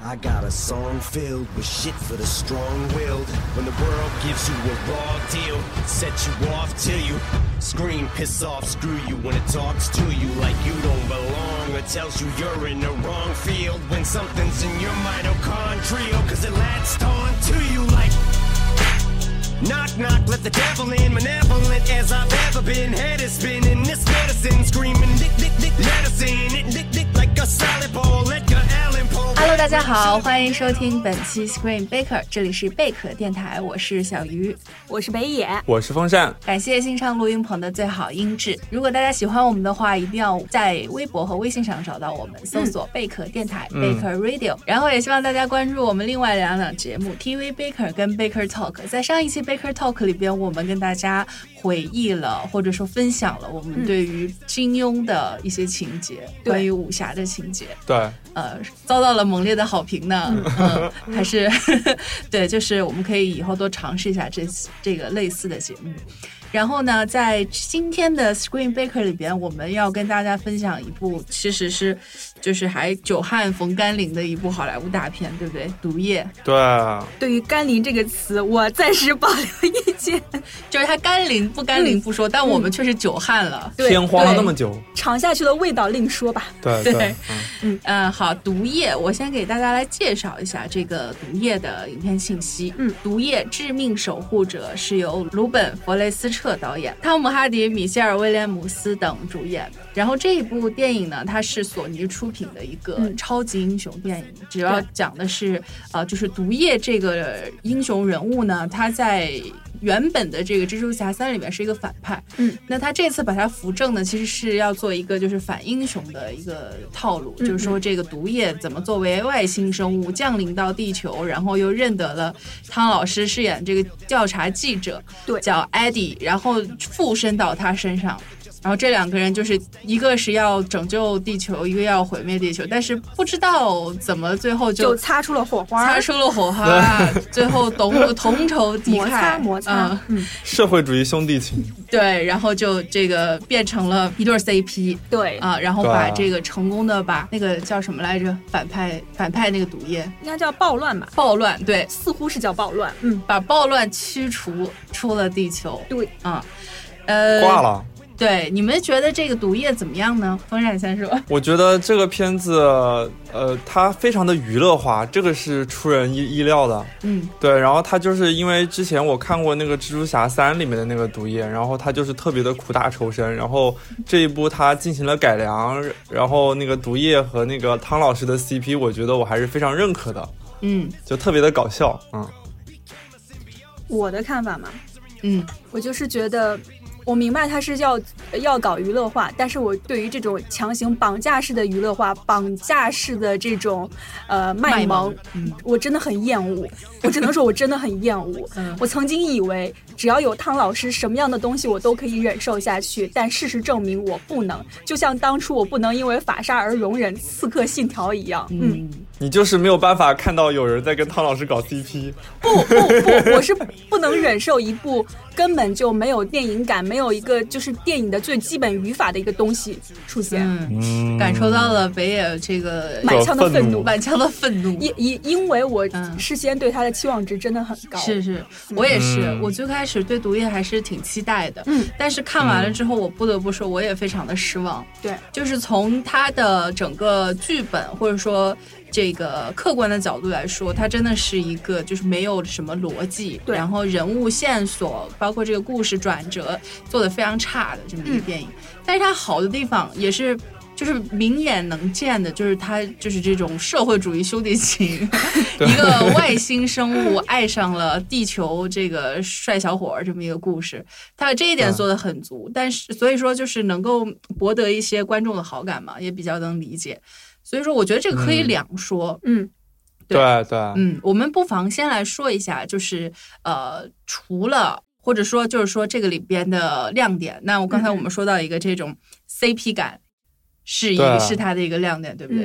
I got a song filled with shit for the strong-willed. When the world gives you a raw deal, set you off till you scream, piss off, screw you when it talks to you like you don't belong or tells you you're in the wrong field. When something's in your mitochondrial, cause it latched on to you like. Knock, knock, let the devil in. Malevolent as I've ever been. Head is spinning. This medicine screaming. Nick, nick, nick, let us in. It, nick, nick, like a salad bowl. Let your Allen pole. Hello，大家好，欢迎收听本期 Screen Baker，这里是贝壳电台，我是小鱼。我是北野，我是风扇，感谢新唱录音棚的最好音质。如果大家喜欢我们的话，一定要在微博和微信上找到我们，搜索贝壳电台、贝壳 Radio。然后也希望大家关注我们另外两档节目 TV Baker 跟 Baker Talk。在上一期 Baker Talk 里边，我们跟大家回忆了或者说分享了我们对于金庸的一些情节，对关于武侠的情节。对，呃，遭到了猛烈的好评呢，嗯，还是 对，就是我们可以以后多尝试一下这这个类似的节目。然后呢，在今天的 Screen Baker 里边，我们要跟大家分享一部其实是就是还久旱逢甘霖的一部好莱坞大片，对不对？《毒液对，啊对于“甘霖”这个词，我暂时保留 意见。》就是它甘霖不甘霖不说，但我们确实久旱了。对天荒了对那么久，尝下去的味道另说吧。对对对，嗯，好，《毒液》，我先给大家来介绍一下这个《毒液》的影片信息。嗯《毒液：致命守护者》是由鲁本·弗雷斯彻导演，汤姆·哈迪、米歇尔·威廉姆斯等主演。然后这一部电影呢，它是索尼出品的一个嗯超级英雄电影，主要对讲的是，呃，就是毒液这个英雄人物呢，他在原本的这个蜘蛛侠三里面是一个反派，嗯那他这次把它扶正呢，其实是要做一个就是反英雄的一个套嗯路，就是说这个毒液怎么作为外星生物降临到地球，然后又认得了汤老师饰演这个调查记者，对叫艾迪，然后附身到他身上。然后这两个人就是一个是要拯救地球，一个要毁灭地球，但是不知道怎么最后就就擦出了火花，擦出了火花，最后 同同仇敌忾，摩擦摩擦嗯，嗯，社会主义兄弟情，对，然后就这个变成了一对儿 CP 对，啊，然后对把啊这个成功的把那个叫什么来着反派反派那个毒液应该叫暴乱吧，暴乱，对，似乎是叫暴乱。嗯，把暴乱驱除出了地球对，啊，呃，挂。了。对，你们觉得这个毒液怎么样呢？风扇先说，我觉得这个片子，呃，它非常的娱乐化，这个是出人意意料的。嗯，对，然后它就是因为之前我看过那个蜘蛛侠三里面的那个毒液，然后它就是特别的苦大仇深，然后这一部它进行了改良，然后那个毒液和那个汤老师的 CP，我觉得我还是非常认可的，嗯就特别的搞笑，嗯，我的看法嘛，嗯，我就是觉得。我明白他是要要搞娱乐化，但是我对于这种强行绑架式的娱乐化、绑架式的这种呃卖萌，嗯我真的很厌恶。我只能说，我真的很厌 恶。嗯我曾经以为只要有汤老师，什么样的东西我都可以忍受下去，但事实证明我不能。就像当初我不能因为法鲨而容忍《刺客信条》一样。嗯，嗯，你就是没有办法看到有人在跟汤老师搞 CP，不不不，我是不能忍受一部根本就没有电影感、没有一个就是电影的最基本语法的一个东西出现。嗯，感受到了北野这个满腔的愤怒 满腔的愤怒，因因因为我嗯事先对他的期望值真的很高，是是，我也是，嗯我最开始对毒液还是挺期待的，嗯，但是看完了之后，我不得不说，我也非常的失望。对，就是从它的整个剧本或者说这个客观的角度来说，它真的是一个就是没有什么逻辑，对然后人物线索包括这个故事转折做的非常差的这么一个电影。但是它好的地方也是。就是明眼能见的，就是它就是这种社会主义兄弟情，一个外星生物爱上了地球这个帅小伙儿这么一个故事，它把这一点做的很足，但是所以说就是能够博得一些观众的好感嘛，也比较能理解。所以说，我觉得这个可以两说。嗯，对对对，嗯我们不妨先来说一下，就是呃，除了或者说就是说这个里边的亮点，那我刚才嗯嗯我们说到一个这种 CP 感。是一对个啊是它的一个亮点，对不对？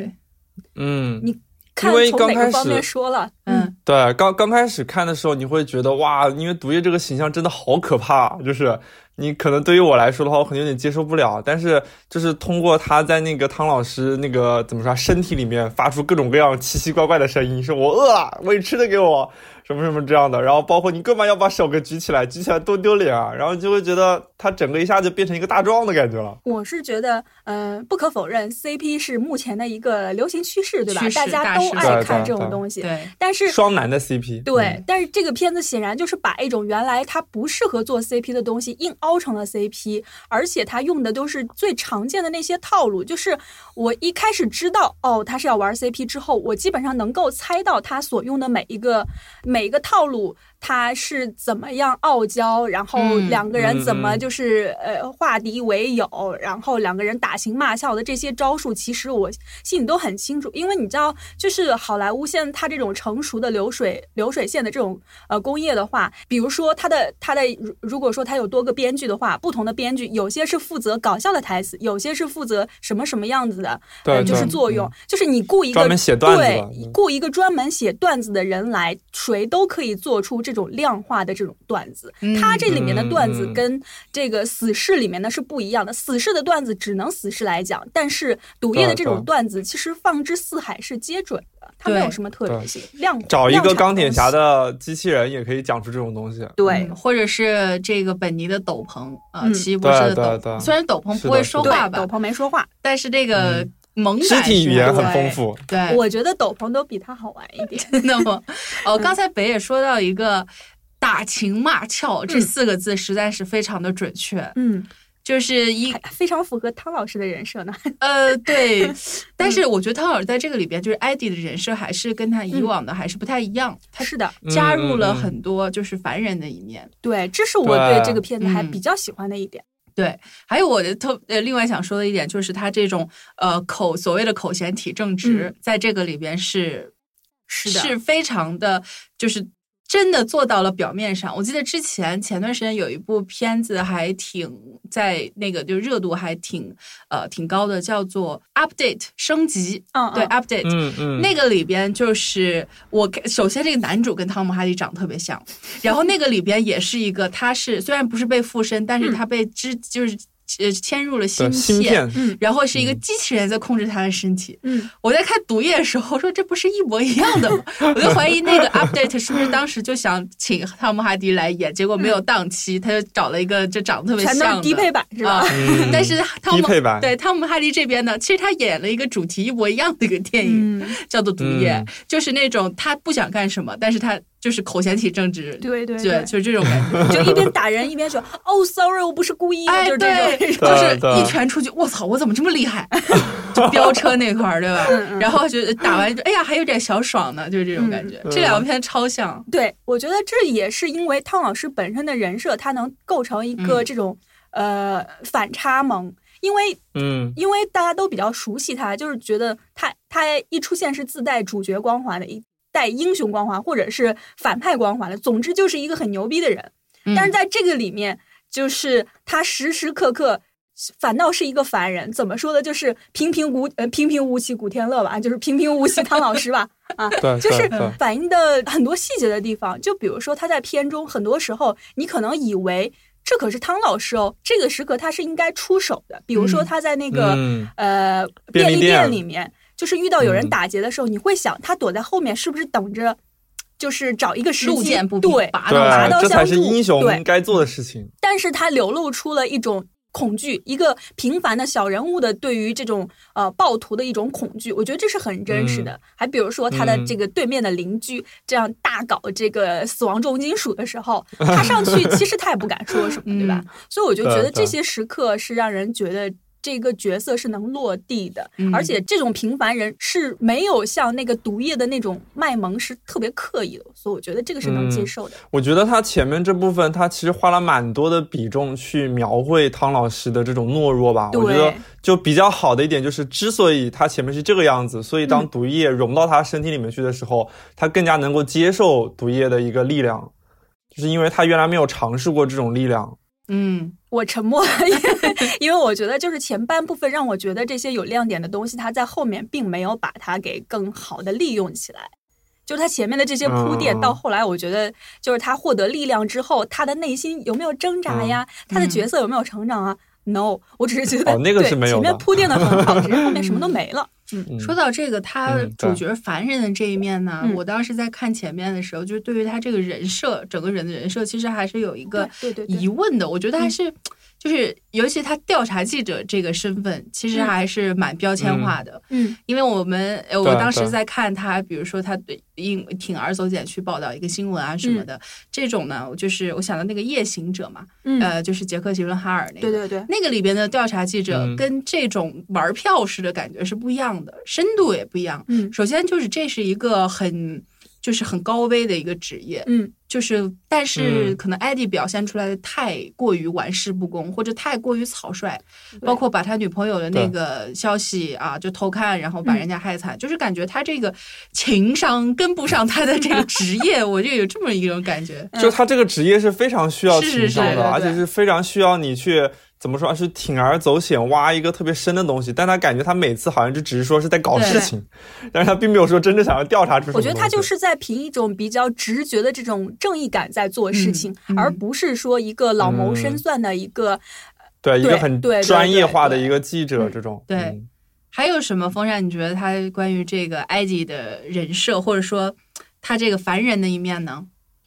嗯嗯你看因为从哪刚个开始方面说了，嗯，对，刚刚开始看的时候，你会觉得哇，因为毒液这个形象真的好可怕，啊就是你可能对于我来说的话，我可能有点接受不了。但是就是通过他在那个汤老师那个怎么说啊，身体里面发出各种各样奇奇怪怪的声音，说我饿了，喂吃的给我，什么什么这样的。然后包括你干嘛要把手给举起来，举起来多丢脸啊！然后就会觉得他整个一下就变成一个大壮的感觉了。我是觉得，呃，不可否认，CP 是目前的一个流行趋势，对吧趋？势大家都大势爱对看对这种对东西，对，但是双男的 CP，对，但是这个片子显然就是把一种原来它不适合做 CP 的东西硬凹成了 CP，而且它用的都是最常见的那些套路。就是我一开始知道哦他是要玩 CP 之后，我基本上能够猜到他所用的每一个每一个套路，他是怎么样傲娇，然后嗯两个人怎么嗯嗯就是、呃化敌为友，然后两个人打情骂俏的这些招数，其实我心里都很清楚，因为你知道，就是好莱坞现在它这种成熟的流水流水线的这种呃工业的话，比如说它的它的如如果说它有多个编剧的话，不同的编剧有些是负责搞笑的台词，有些是负责什么什么样子的，对呃，就是对嗯作用，就是你雇一个专门写段子的对嗯，雇一个专门写段子的人来，谁都可以做出这种量化的这种段子。嗯他这里面的段子嗯嗯跟这个死侍里面呢是不一样的，死侍的段子只能死侍来讲，但是毒液的这对种对段子其实放之四海是皆准的，它没对有什么特别性，量找一个钢铁侠。量产东西的机器人也可以讲出这种东西。对，嗯或者是这个本尼的斗篷啊，嗯奇异博士的对对斗篷，对虽然斗篷是不的会是说的话对，吧斗，篷没说话，但是这个萌肢感体是语言很对丰富，对，我觉得斗篷都比他好玩一点。 那么，哦，刚才北野说到一个“打情骂俏”这嗯四个字，实在是非常的准确，嗯，就是一还非常符合汤老师的人设呢。 呃对，但是我觉得汤老师在这个里边，就是艾迪的人设还是跟他以嗯往的还是不太一样，他是的，加入了嗯嗯嗯很多就是凡人的一面。对，这是我对对这个片子还嗯比较喜欢的一点。对，还有我的特呃，另外想说的一点就是他这种呃口所谓的口嫌体正直，在这个里边是嗯是的是非常的，就是真的做到了表面上。我记得之前前段时间有一部片子还挺在那个就热度还挺呃挺高的，叫做《Update》升级，嗯对，《啊嗯 Update》嗯嗯，那个里边就是我看首先这个男主跟汤姆哈迪长得特别像，然后那个里边也是一个，他是虽然不是被附身，但是他被支、就是呃嵌入了对芯芯片，嗯然后是一个机器人在控制他的身体。嗯，我在看《毒液》的时候说这不是一模一样的吗？我就怀疑那 个 update 是不是当时就想请汤姆哈迪来演，结果没有档期，他就找了一个就长得特别全都像是的低配版是吧啊？嗯但是汤姆低配版对汤姆哈迪这边呢，其实他演了一个主题一模一样的一个电影，嗯，叫做《毒液》嗯就是那种他不想干什么，但是他就是口嫌体正直，对对对，就是这种感觉。就一边打人一边说哦，sorry，我不是故意的，哎，就是对，这种。就是对一拳出去，我操，我怎么这么厉害？就飙车那块儿，对吧？嗯然后就打完就，哎呀，还有点小爽呢，就是这种感觉。嗯这两片超像， 对，我觉得这也是因为汤老师本身的人设，他能构成一个嗯这种、呃反差萌，因为嗯因为大家都比较熟悉他，就是觉得他他一出现是自带主角光环的，一带英雄光环或者是反派光环的，总之就是一个很牛逼的人。嗯嗯但嗯是在这个里面，就是他时时刻刻反倒是一个凡人，怎么说呢？就是平平无呃平平无奇古天乐吧，就是平平无奇汤老师吧，啊，对就是对对反映的很多细节的地方。就比如说他在片中，很多时候你可能以为。这可是汤老师哦，这个时刻他是应该出手的。比如说嗯他在那个、嗯呃便便利利店店里面，就是遇到有人嗯打劫的时候，你会想他躲在后面是不是等着，就是找一个时路机见不平，对，拔到拿对，到这才相是助英雄对该做的事情。但是他流露出了一种恐惧，一个平凡的小人物的对于这种呃暴徒的一种恐惧，我觉得这是很真实的。还比如说他的嗯这个对面的邻居这样大搞这个死亡重金属的时候，他上去其实他也不敢说什么，对吧？所以我就觉得对对这些时刻是让人觉得。这个角色是能落地的，嗯而且这种平凡人是没有像那个毒液的那种卖萌是特别刻意的，所以我觉得这个是能嗯接受的。我觉得他前面这部分，他其实花了蛮多的比重去描绘汤老师的这种懦弱吧。对我觉得就比较好的一点就是，之所以他前面是这个样子，所以当毒液融到他身体里面去的时候，他更加能够接受毒液的一个力量，就是因为他原来没有尝试过这种力量。嗯我沉默了，因为因为我觉得就是前半部分让我觉得这些有亮点的东西，它在后面并没有把它给更好的利用起来。就是他前面的这些铺垫，嗯到后来我觉得就是他获得力量之后，他的内心有没有挣扎呀？他的角色有没有成长啊？No，我只是觉得嗯哦那个对是没有前面的铺垫的很 好，只是后面什么都没了。嗯说到这个，他嗯对主角凡人的这一面呢，嗯我当时在看前面的时候，就是对于他这个人设，整个人的人设，其实还是有一个对对对对嗯疑问的。我觉得还是，就是尤其他调查记者这个身份，其实嗯还是蛮标签化的。嗯因为我们，呃，我对当时对在看他，比如说他对应铤而走险去报道一个新闻啊什么的，这种呢，我就是我想到那个夜行者嘛，嗯，呃，就是杰克·吉伦哈尔那个，对对对，那个里边的调查记者嗯跟这种玩票式的感觉是不一样的，深度也不一样。嗯首先就是这是一个很就是很高危的一个职业，嗯就是但是嗯可能艾迪表现出来的太过于玩世不恭，或者太过于草率，包括把他女朋友的那对个消息啊就偷看，然后把嗯人家害惨，就是感觉他这个情商跟不上他的这个职业， 我就有这么一种感觉。就他这个职业是非常需要嗯是是情商的，是对对对而且是非常需要你去怎么说啊，是铤而走险，挖一个特别深的东西。但他感觉他每次好像就只是说是在搞事情，但是他并没有说真正想要调查出什么我东西。觉得他就是在凭一种比较直觉的这种正义感在做事情，嗯嗯而不是说一个老谋深嗯算的一个。对一对个很对对专业化的对对一个记者这种。对嗯还有什么风扇？你觉得他关于这个埃及的人设，或者说他这个凡人的一面呢？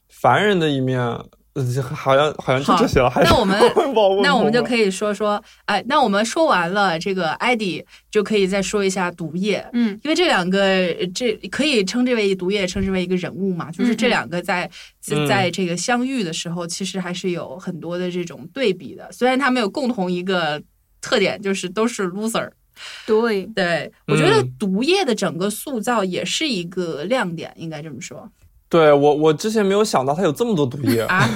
凡人的一面，呃好像好像就这些了。还是那我 们问吧问吧那我们就以可以说说，哎，那我们说完了这个埃迪，就可以再说一下毒液，嗯因为这两个呃这可以称之为毒液，称之为一个人物嗯嘛，就是这两个在在嗯在这个相遇的时候，其实还是有很多的这种对比的，虽然他们有共同一个特点，就是都是 loser。对，对，我觉得嗯毒液的整个塑造也是一个亮点，应该这么说对我我之前没有想到他有这么多毒液。 啊？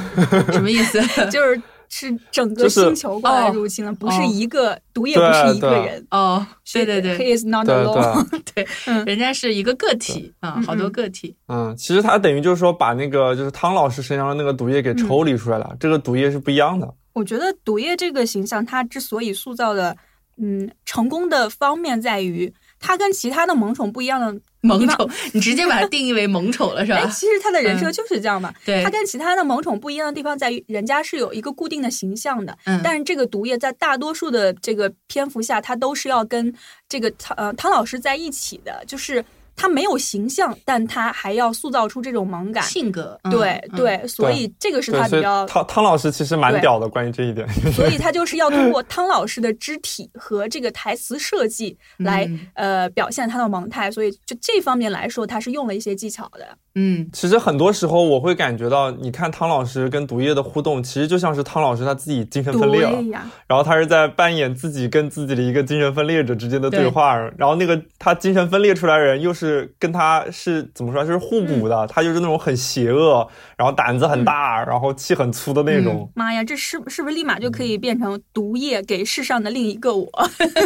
什么意思？就是是整个就是星球过来哦入侵了，不是哦一个毒液，不对是一个对人。哦，对对对， ，He is not 对 alone。对，人家是一个个体啊、嗯好多个体。 嗯，其实他等于就是说把那个就是汤老师身上的那个毒液给抽离出来了，嗯这个毒液是不一样的。我觉得毒液这个形象，它之所以塑造的，嗯，成功的方面在于，它跟其他的萌宠不一样的。萌宠，你直接把它定义为萌宠了是嗯哎，吧？其实它的人设嗯就是这样嘛。对它，跟其他的萌宠不一样的地方在于，人家是有一个固定的形象的，嗯，但是这个毒液在大多数的这个篇幅下，它都是要跟这个汤呃汤老师在一起的，就是它没有形象，但它还要塑造出这种萌感。性格，嗯对、嗯对，所以这个是对他，所比以较汤汤老师其实蛮对屌的，关于这一点。 所以他就是要通过汤老师的肢体和这个台词设计来、嗯呃表现他的萌态，所以就这方面来说，他是用了一些技巧的。嗯，其实很多时候我会感觉到，你看汤老师跟毒液的互动，其实就像是汤老师他自己精神分裂了对，呀，然后他是在扮演自己跟自己的一个精神分裂者之间的对话，然后那个他精神分裂出来的人又是跟他是怎么说，就是互补的，他就是那种很邪恶，然后胆子很大，然后气很粗的那种。妈呀，这是是不是立马就可嗯以变成毒液给世上的另一个我？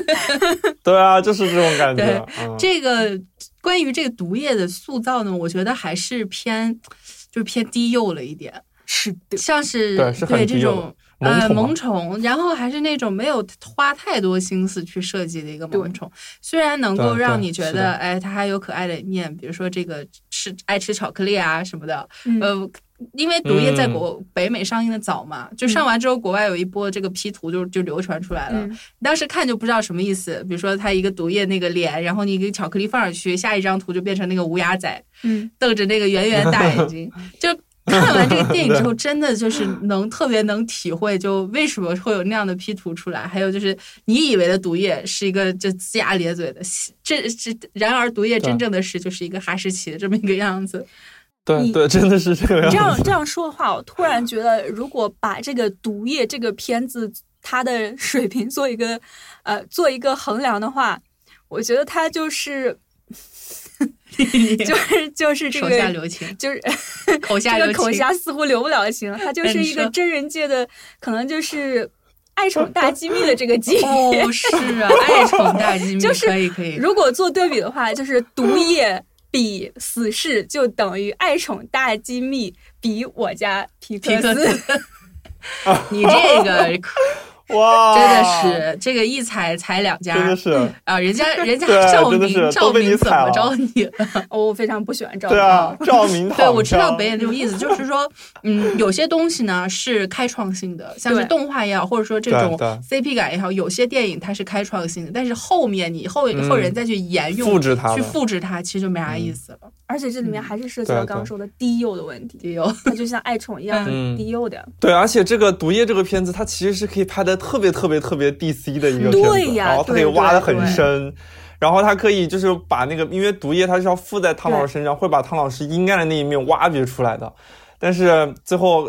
对啊，就是这种感觉。嗯、这个关于这个毒液的塑造呢，我觉得还是偏就是偏低幼了一点，是的，像是对是很这低幼种。的呃，萌啊萌宠，然后还是那种没有花太多心思去设计的一个萌对宠，虽然能够对让对你觉是得，的哎，它还有可爱的一面，比如说这个吃爱吃巧克力啊什么的，嗯呃，因为《毒液》在嗯国北美上映的早嘛，就上完之后，国外有一波这个 P 图就就流传出来了。嗯当时看就不知道什么意思，比如说他一个毒液那个脸，然后你一个巧克力放上去，下一张图就变成那个无牙仔，嗯，瞪着那个圆圆大眼睛。就看完这个电影之后，真的就是能特别能体会，就为什么会有那样的 P 图出来。还有就是你以为的毒液是一个就龇牙咧嘴的，这这然而毒液真正的是就是一个哈士奇的这么一个样子。对对，真的是这个 你样这样子。这样说的话，我突然觉得，如果把这个《毒液》这个片子它的水平做一个呃做一个衡量的话，我觉得它就是 就是就是这手下个留情，就是 口下留这个情，口下似乎留不了情，它就哎是你一个说真人界的可能就是爱宠大机密的这 个级别。哦，是啊，爱宠大机密，就是可以可以，如果做对比的话，就是毒液比死侍就等于爱宠大机密比我家皮皮克克斯。 斯，你这个可哇，真的是这个一踩踩两家，哦真的是，啊，人 家人家对赵真的明是赵都被明你怎踩么了着你了？ 哦，我非常不喜欢赵对啊， 赵明对，躺我知道枪北野那种意思，就是说，嗯，有些东西呢是开创性的，像是对动画也好，或者说这对种对 CP 感也好，有些电影它是开创性的，但是后面你后嗯后人再去沿用、复制它去了嗯复制它，其实就没啥意思了。而且这里面还是涉及对到对刚刚说的低幼的问题，也有它就像爱宠一样嗯低幼的。对，而且这个《毒液》这个片子，它其实是可以拍的特别特别特别 DC 的一个片子，对呀然后它可以对挖的很对深，然后它可以就是把那个，因为《毒液》它是要附在汤老师身上，会把汤老师阴暗的那一面挖掘出来的，但是最后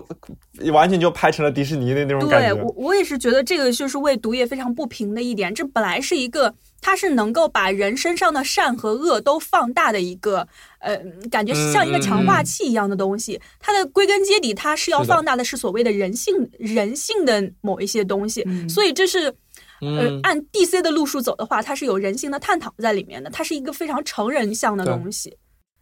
呃完全就拍成了迪士尼的那种感对觉我，，我也是觉得这个就是为毒液非常不平的一点。这本来是一个，它是能够把人身上的善和恶都放大的一个，呃，感觉是像一个嗯嗯强化器一样的东西。它的归根结底，它是要是的放大的是所谓的人性，人性的某一些东西。嗯所以这是呃嗯，，按 DC 的路数走的话，它是有人性的探讨在里面的，它是一个非常成人向的对东西。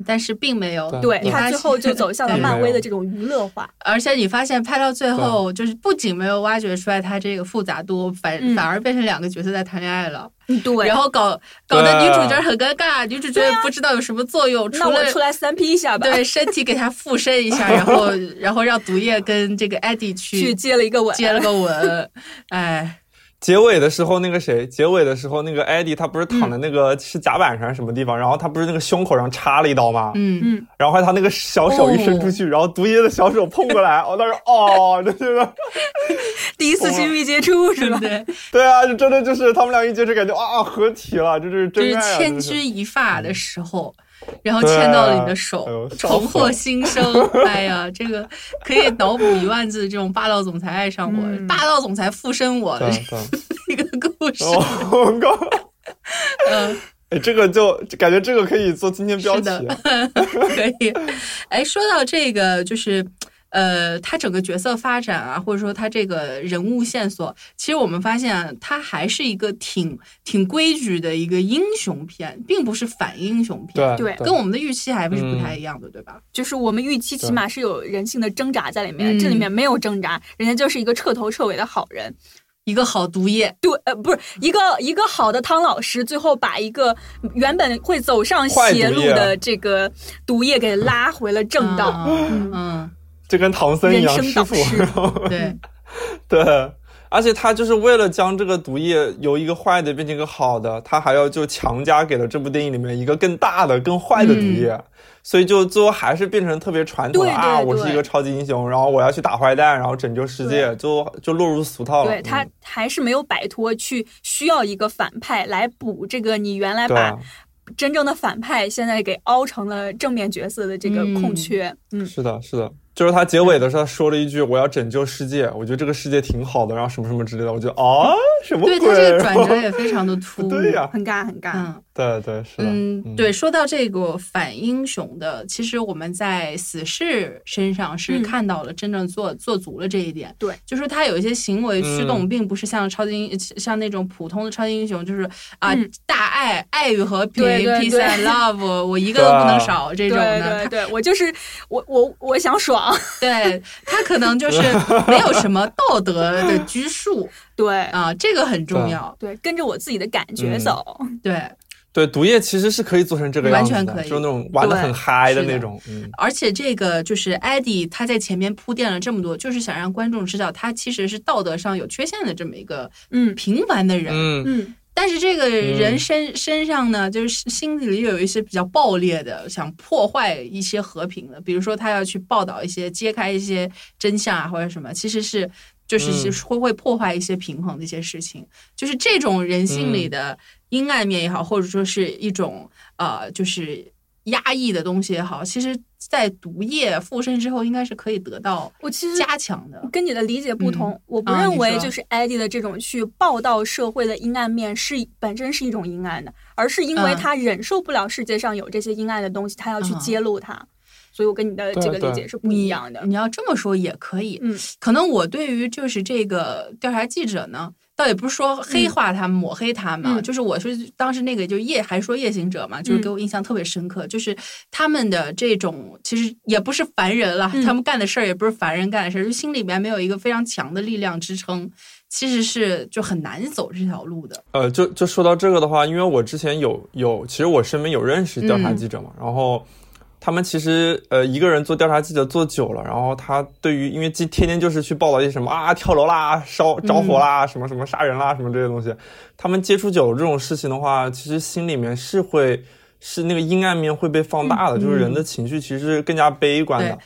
但是并没有对对，你发它最现后就走向了并没漫威有的这种娱乐化。 而且你发现拍到最后，就是不仅没有挖掘出来它这个复杂度，反、嗯反而变成两个角色在谈恋爱了，嗯， 对。然后搞搞得对女主角很尴尬，女主角也不知道有什么作用，那除我了出来三 P 一下吧，对身体给它附身一 下，然后然后让毒液跟这个艾迪去去接了一个吻，接了个吻，哎，结尾的时候那个谁，结尾的时候那个艾迪他不是躺在那个是甲板上还是什么地方，然后他不是那个胸口上插了一刀吗？嗯，嗯，然后他那个小手一伸出哦去，然后毒液的小手碰过 来，我当时哦，这这个。第一次亲密接触是吧？对，对啊，就真的就是他们俩一接触，感觉啊合体了，这就是就真是爱啊！牵这是之以发的时候。然后牵到了你的对哎手呦，重获新 生。哎呀，这个可以脑补一万字这种霸道总裁爱上我，嗯霸道总裁附身我的对对，哦这个故事。我靠，嗯， 哎，这个就感觉这个可以做今天标是题，啊的， 可以。哎，说到这个，就是呃，他整个角色发展啊，或者说他这个人物线索，其实我们发现啊他还是一个挺挺规矩的一个英雄片，并不是反英雄片，对跟我们的预期还不是不嗯太一样的，对吧？就是我们预期起码是有人性的挣扎在里面，嗯这里面没有挣扎，人家就是一个彻头彻尾的好人。一个好毒液，对，呃，不是一个一个好的汤老师，最后把一个原本会走上邪路的这个毒液给拉回了正道。嗯嗯，就跟唐僧一样，人生师导傅师，然后 对，对。而且他就是为了将这个毒液由一个坏的变成一个好的，他还要就强加给了这部电影里面一个更大的、更坏的毒液，所以就最后还是变成特别传统的嗯对对啊，我对是一个超级英雄，然后我要去打坏蛋，然后拯救世界，就就落入俗套了。对他嗯还是没有摆脱，去需要一个反派来补这个你原来对啊把真正的反派现在给凹成了正面角色的这个空缺。嗯，是的，是的，就是他结尾的时候他说了一句“我要拯救世界”，我觉得这个世界挺好的，然后什么什么之类的，我觉得啊，什么对鬼？他这个转折也非常的 突兀，对呀、很尬，很尬。嗯。对对是的，嗯，对，说到这个反英雄的，其实我们在死侍身上是嗯看到了真正做、做足了这一点。对，就是他有一些行为驱动，嗯并不是像超级英像那种普通的超级英雄，就是啊、嗯大爱、爱与和平、对对 peace 对 and love，我一个都不能少这种的。对对对，我就是我我我想爽， 他对他可能就是没有什么道德的拘 束对啊、嗯这个很重要。对，跟着我自己的感觉走。对，对毒液其实是可以做成这个完样子的，全可以就是那种玩的对很嗨的是的那种，嗯，而且这个就是艾迪，他在前面铺垫了这么多，就是想让观众知道他其实是道德上有缺陷的这么一个嗯平凡的人。嗯嗯，但是这个人嗯身、身上呢，就是心里又有一些比较暴烈的，想破坏一些和平的，比如说他要去报道一些、揭开一些真相啊，或者什么，其实是就是嗯是会会破坏一些平衡的一些事情。就是这种人性里嗯的阴暗面也好，或者说是一种呃，就是压抑的东西也好，其实，在毒液附身之后，应该是可以得到我其实加强的。跟你的理解不同，我不啊认你为说就是艾迪的这种去报道社会的阴暗面是本身是一种阴暗的，而是因为嗯他忍受不了世界上有这些阴暗的东西，他要去嗯揭露它。所以我跟你的对这个理对解是不你一样的。你要这么说也可以，嗯可能我对于就是这个调查记者呢，倒也不是说黑化他们、抹黑他们啊，嗯就是我是当时那个就夜还说夜行者嘛，就是给我印象特别深刻，就是他们的这种其实也不是凡人了，嗯他们干的事儿也不是凡人干的事儿，就心里面没有一个非常强的力量支撑，其实是就很难走这条路的。呃，就就说到这个的话，因为我之前有有，其实我身边有认识调查记者嘛，然后他们其实呃一个人做调查记者做久了，然后他对于因为天天就是去报道一些什么啊跳楼啦、烧着火啦、什么什么杀人啦什么这些东西，他们接触久了这种事情的话，其实心里面是会是那个阴暗面会被放大的，就是人的情绪其实是更加悲观的对。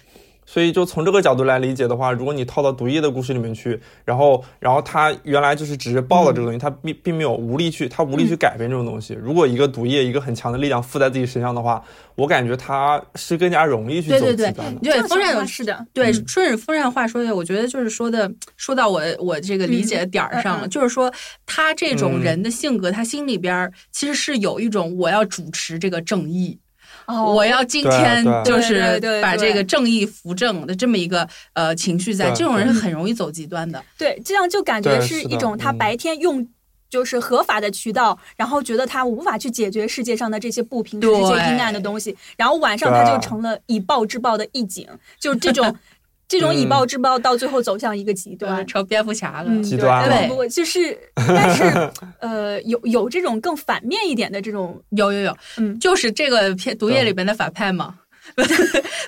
所以就从这个角度来理解的话，如果你套到毒液的故事里面去，然后然后他原来就是只是报了这嗯个东西，他并并没有无力去他无力去改变这种东西。如果一个毒液一个很强的力量附在自己身上的话，我感觉他是更加容易去对走对极对端的。对，这风个扇想有法是的，对，顺着风扇话说的，我觉得就是说的，说到我我这个理解的点儿上了，嗯嗯嗯就是说他这种人的性格，他心里边儿其实是有一种我要主持这个正义，哦我要今对天对就是对对对把对这个正义扶正的这么一个呃情绪在，对这种人对很容易走极端的。对，这样就感觉对是是一的种他嗯白天用就是合法的渠道，然后觉得他无法去解决世界上的这些不平、这些对阴暗的东西，然后晚上对他啊就成了以暴制暴的义警，就是这 种这种以暴制暴到最后走向一个极对吧，端。成蝙蝠侠了。嗯，嗯极端了对，不不， 就是，但是，呃，有有这种更反面一点的这种，有有有，嗯就是这个片《毒液》里边的反派嘛。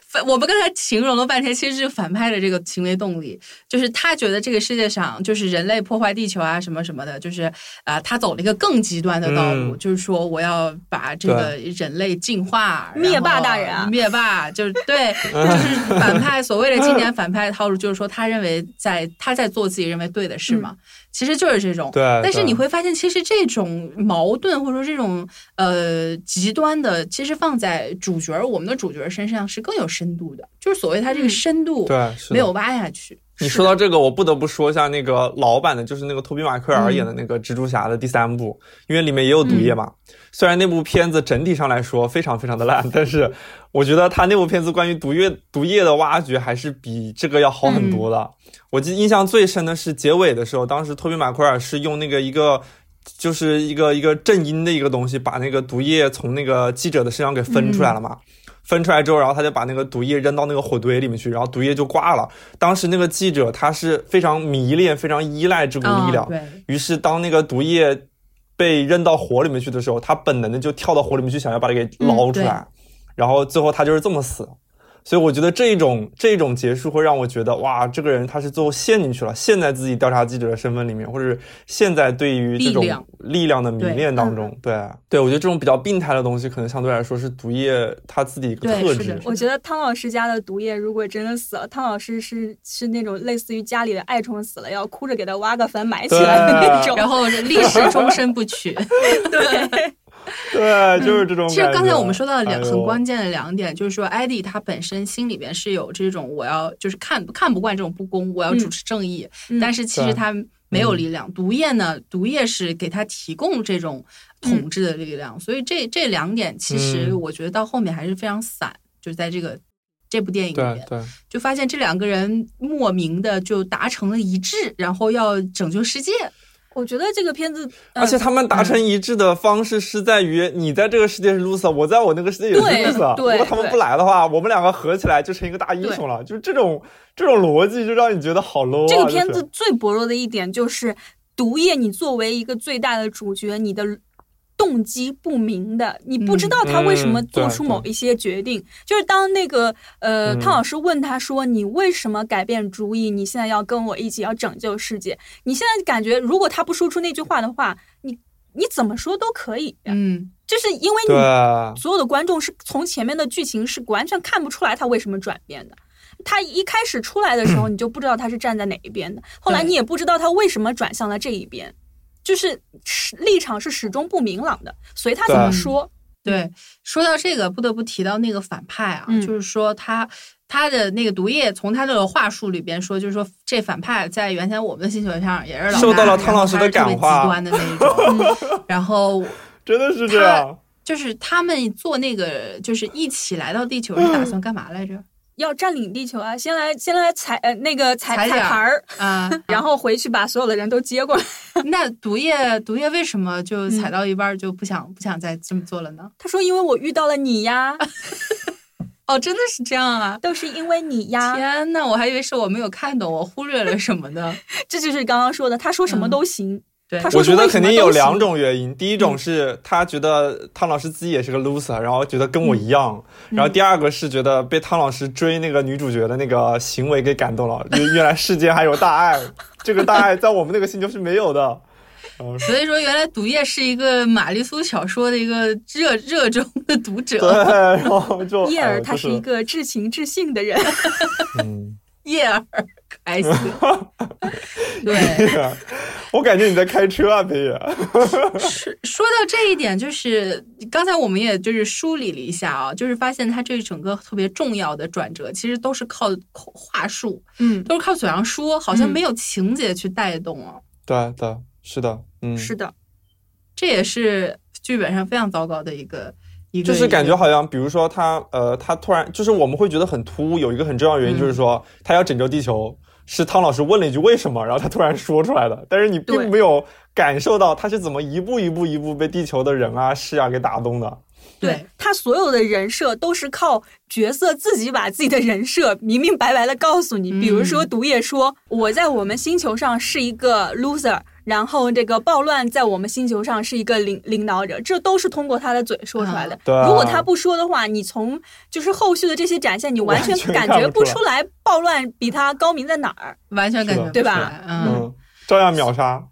反我们刚才形容了半天，其实是反派的这个行为动力，就是他觉得这个世界上就是人类破坏地球啊什么什么的，就是啊、他走了一个更极端的道路，嗯就是说我要把这个人类进化，然后灭霸大人啊灭霸就是 对，就是反派所谓的经典反派的套路，就是说他认为在他在做自己认为对的事嘛，其实就是这种，嗯对但是对你会发现，其实这种矛盾或者说这种呃极端的，其实放在主角儿我们的主角儿身上是更有深度的，就是所谓他这个嗯深度对，啊是的没有挖下去。你说到这个，我不得不说一下那个老版的，就是那个托比马奎尔演的那个蜘蛛侠的第三部，因为里面也有毒液嘛。虽然那部片子整体上来说非常非常的烂，但是我觉得他那部片子关于毒液毒液的挖掘还是比这个要好很多的。我记得印象最深的是结尾的时候，当时托比马奎尔是用那个一个。就是一个一个正音的一个东西，把那个毒液从那个记者的身上给分出来了嘛。分出来之后，然后他就把那个毒液扔到那个火堆里面去，然后毒液就挂了。当时那个记者他是非常迷恋、非常依赖这股啊力量，对，于是当那个毒液被扔到火里面去的时候，他本能的就跳到火里面去，想要把它给捞出嗯来，然后最后他就是这么死。所以我觉得这种这种结束会让我觉得，哇，这个人他是最后陷进去了，陷在自己调查记者的身份里面，或者是陷在对于这种力量嗯力量的迷恋当中。对对我觉得这种比较病态的东西，可能相对来说是毒液他自己一个对特是的是。质我觉得汤老师家的毒液如果真的死了，汤老师是是那种类似于家里的爱宠死了，要哭着给他挖个坟埋起来的对啊那种。然后历史终身不 娶。 对，就是这种感觉。其实刚才我们说到两哎呦很关键的两点，就是说艾迪他本身心里边是有这种我要就是看看不惯这种不公，我要主持正义，嗯但是其实他没有力量。毒液呢，毒液是给他提供这种统治的力量，所以这这两点其实嗯我觉得到后面还是非常散，就是在这个这部电影里对面，对，就发现这两个人莫名的就达成了一致，然后要拯救世界。我觉得这个片子，呃而且他们达成一致的方式是在于，你在这个世界是 loser，我在我那个世界也是对 loser。如对果他们不来的话，我们两个合起来就成一个大英雄了。就是这种这种逻辑，就让你觉得好 low 啊。这个片就子是最薄弱的一点就是，毒液你作为一个最大的主角，你的动机不明的，你不知嗯道他为什么做出某一些决定。就是当那个呃，嗯汤老师问他说：“你为什么改变主意？你现在要跟我一起要拯救世界？”你现在感觉，如果他不说出那句话的话，你你怎么说都可以，嗯，就是因为你对。所有的观众是从前面的剧情是完全看不出来他为什么转变的。他一开始出来的时候， 你就不知道他是站在哪一边的，后来你也不知道他为什么转向了这一边，就是始立场是始终不明朗的，随他怎么对说。嗯对，说到这个，不得不提到那个反派啊，嗯就是说他他的那个毒液，从他的话术里边说，就是说这反派在原先我们的星球上也是老受大到了然汤后老师他的是特别感化极端的那一 种，嗯然后真的是这样，就是他们做那个，就是一起来到地球是打算干嘛来着？要占领地球啊！先来，先来踩呃那个踩踩踩点儿盘儿， 啊，然后回去把所有的人都接过来。 那毒液，毒液为什么嗯就踩到一半就不想、不想再这么做了呢？他说：“因为我遇到了你呀， 哦，真的是这样啊！都是因为你啊呀。天呐，我还以为是我没有看懂，我忽略了什么呢？”这就是刚刚说的，他说什么都行。嗯对他说我是觉得为什肯么定都有行嗯两种原因，第一种是他觉得汤老师自己也是个 loser，然后觉得跟我一样，嗯然后第二个是觉得被汤老师追那个女主角的那个行为给感动了，就原来世间还有大爱，这个大爱在我们那个星球是没有的。所以说，原来毒液是一个玛丽苏小说的一个热热衷的读对，者，然后 就叶哎儿呦他就是一个至情至性的人，嗯， 叶儿开 心。对，对啊我感觉你在开车啊，裴宇。说说到这一点，就是刚才我们也就是梳理了一下啊，就是发现它这整个特别重要的转折，其实都是靠口话术，嗯，都是靠嘴上说，好像嗯没有情节去带动啊。对对，是的，嗯，是的，这也是剧本上非常糟糕的一个一个，就是感一觉个好像，比如说他，呃，他突然就是我们会觉得很突兀，有一个很重要的原因就是说他要拯救地球，是汤老师问了一句为什么，然后他突然说出来的，但是你对并没有感受到他是怎么一步一步一步被地球的人啊事啊给打动的。对他所有的人设都是靠角色自己把自己的人设明明白白的告诉你。嗯比如说，毒液说我在我们星球上是一个 loser，然后这个暴乱在我们星球上是一个领领导者，这都是通过他的嘴说出来的。对啊如果他不说的话，你从就是后续的这些展现，你完全完全感看觉不不出出来暴乱比他高明在哪儿。完全感觉不是的出对吧来嗯，嗯，照样秒杀。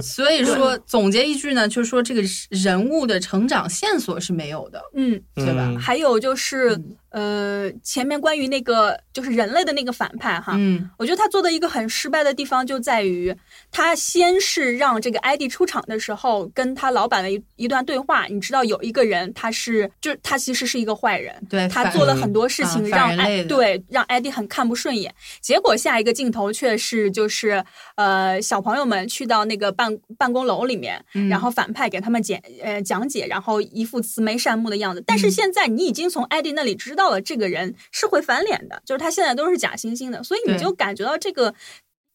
所以说总结一句呢，就是说这个人物的成长线索是没有的，嗯，对吧嗯还有就是，呃，前面关于那个就是人类的那个反派哈，嗯。我觉得他做的一个很失败的地方就在于，他先是让这个艾迪出场的时候跟他老板的一一段对话，你知道有一个人他是就是他其实是一个坏人，对他反做了很多事嗯情啊让反人类艾的对让艾迪很看不顺眼，结果下一个镜头却是就是呃小朋友们去到那个办办公楼里面，嗯然后反派给他们解呃讲解，然后一副慈眉善目的样子。但是嗯现在你已经从艾迪那里知道了这个人是会翻脸的，就是他现在都是假惺惺的，所以你对就感觉到这个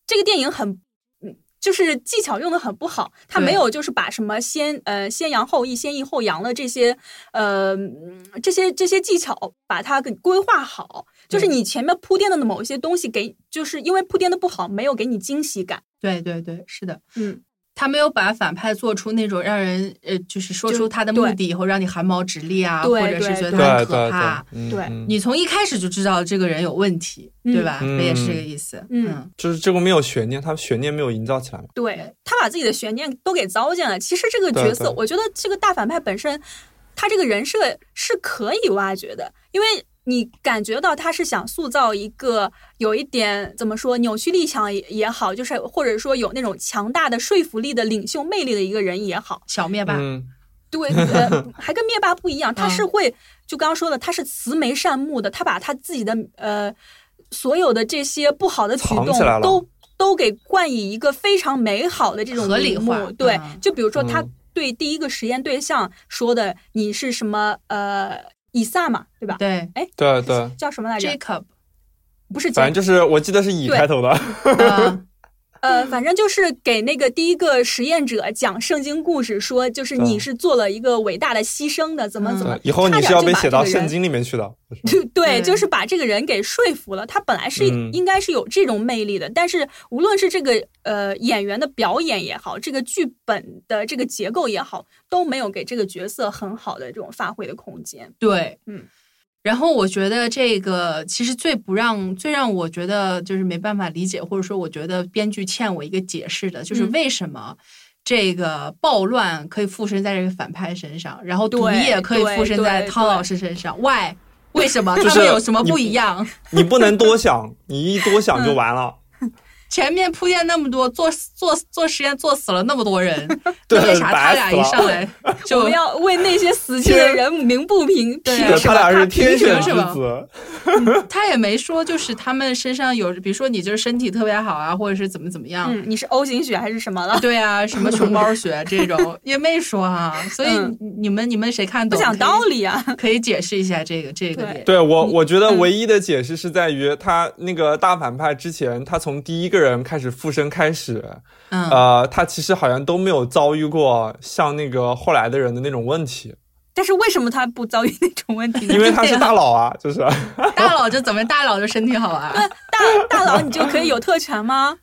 这个电影很。嗯，就是技巧用的很不好，他对没有就是把什么先呃先扬后抑、先抑后扬的这些呃嗯这些这些技巧把它给规划好，就是对你前面铺垫的某一些东西给，就是因为铺垫的不好，没有给你惊喜感。对对对，是的，嗯，他没有把反派做出那种让人呃，就是说就出他的目对的以后让你寒毛直立啊，对或者对是觉得对他很对可怕。对，对嗯你从一开始就知道这个人有问题，对嗯吧？嗯那也是这个意思。嗯嗯，就是这个没有悬念，他悬念没有营造起来嘛。对他把自己的悬念都给糟践了。其实这个对角色，对嗯我觉得这个大反派本身，他这个人设是可以挖掘的，因为你感觉到他是想塑造一个有一点怎么说扭曲力强也也好，就是或者说有那种强大的说服力的领袖魅力的一个人也好。小灭霸，嗯， 对，呃，还跟灭霸不一样，他是会、就刚刚说的，他是慈眉善目的，他把他自己的呃所有的这些不好的举藏动起来了都都给冠以一个非常美好的这种合理名目化对，嗯就比如说他嗯对第一个实验对象说的，你是什么呃以撒嘛，对吧？对对啊对，叫什么来着？ ，Jacob，不是杰反正就是我记得是乙对开头的。啊，呃，反正就是给那个第一个实验者讲圣经故事，说就是你嗯是做了一个伟大的牺牲的，怎么怎么，对，以后你差是点要就被把写这到个圣人经里面去的。就是 对对对，就是把这个人给说服了。他本来是、嗯应该是有这种魅力的，但是无论是这个呃演员的表演也好，这个剧本的这个结构也好，都没有给这个角色很好的这种发挥的空间。对，嗯。然后我觉得这个其实最不让、最让我觉得就是没办法理解，或者说我觉得编剧欠我一个解释的，就是嗯为什么这个暴乱可以附身在这个反派身上，然后毒对液可以附身对在对汤对老师身上？Why？为什么 就他们是有什么你不一样？你不能多想，你一多想就完了。前面铺垫那么多，做做做实验做死了那么多 人，对那为啥他白俩死一了上来 我就们要为那些死去的人鸣不平，对凭啊对什他么俩是凭天什选么之什么子，他也没说就是他们身上有，比如说你就是身体特别好啊，或者是怎么怎么样。嗯，你是 O 型血还是什么 了？对啊，什么熊猫血这 种也没说啊，所以嗯你们、你们谁看不懂？讲道理啊！ 可以，可以解释一下这个这个对点。对我，我觉得唯一的解释是在于他那个大反派之前，他从第一个人开始附身开始，嗯，呃，他其实好像都没有遭遇过像那个后来的人的那种问题，但是为什么他不遭遇那种问题呢？因为他是大佬啊，就是大佬就怎么大佬就身体好啊？大大佬，你就可以有特权吗？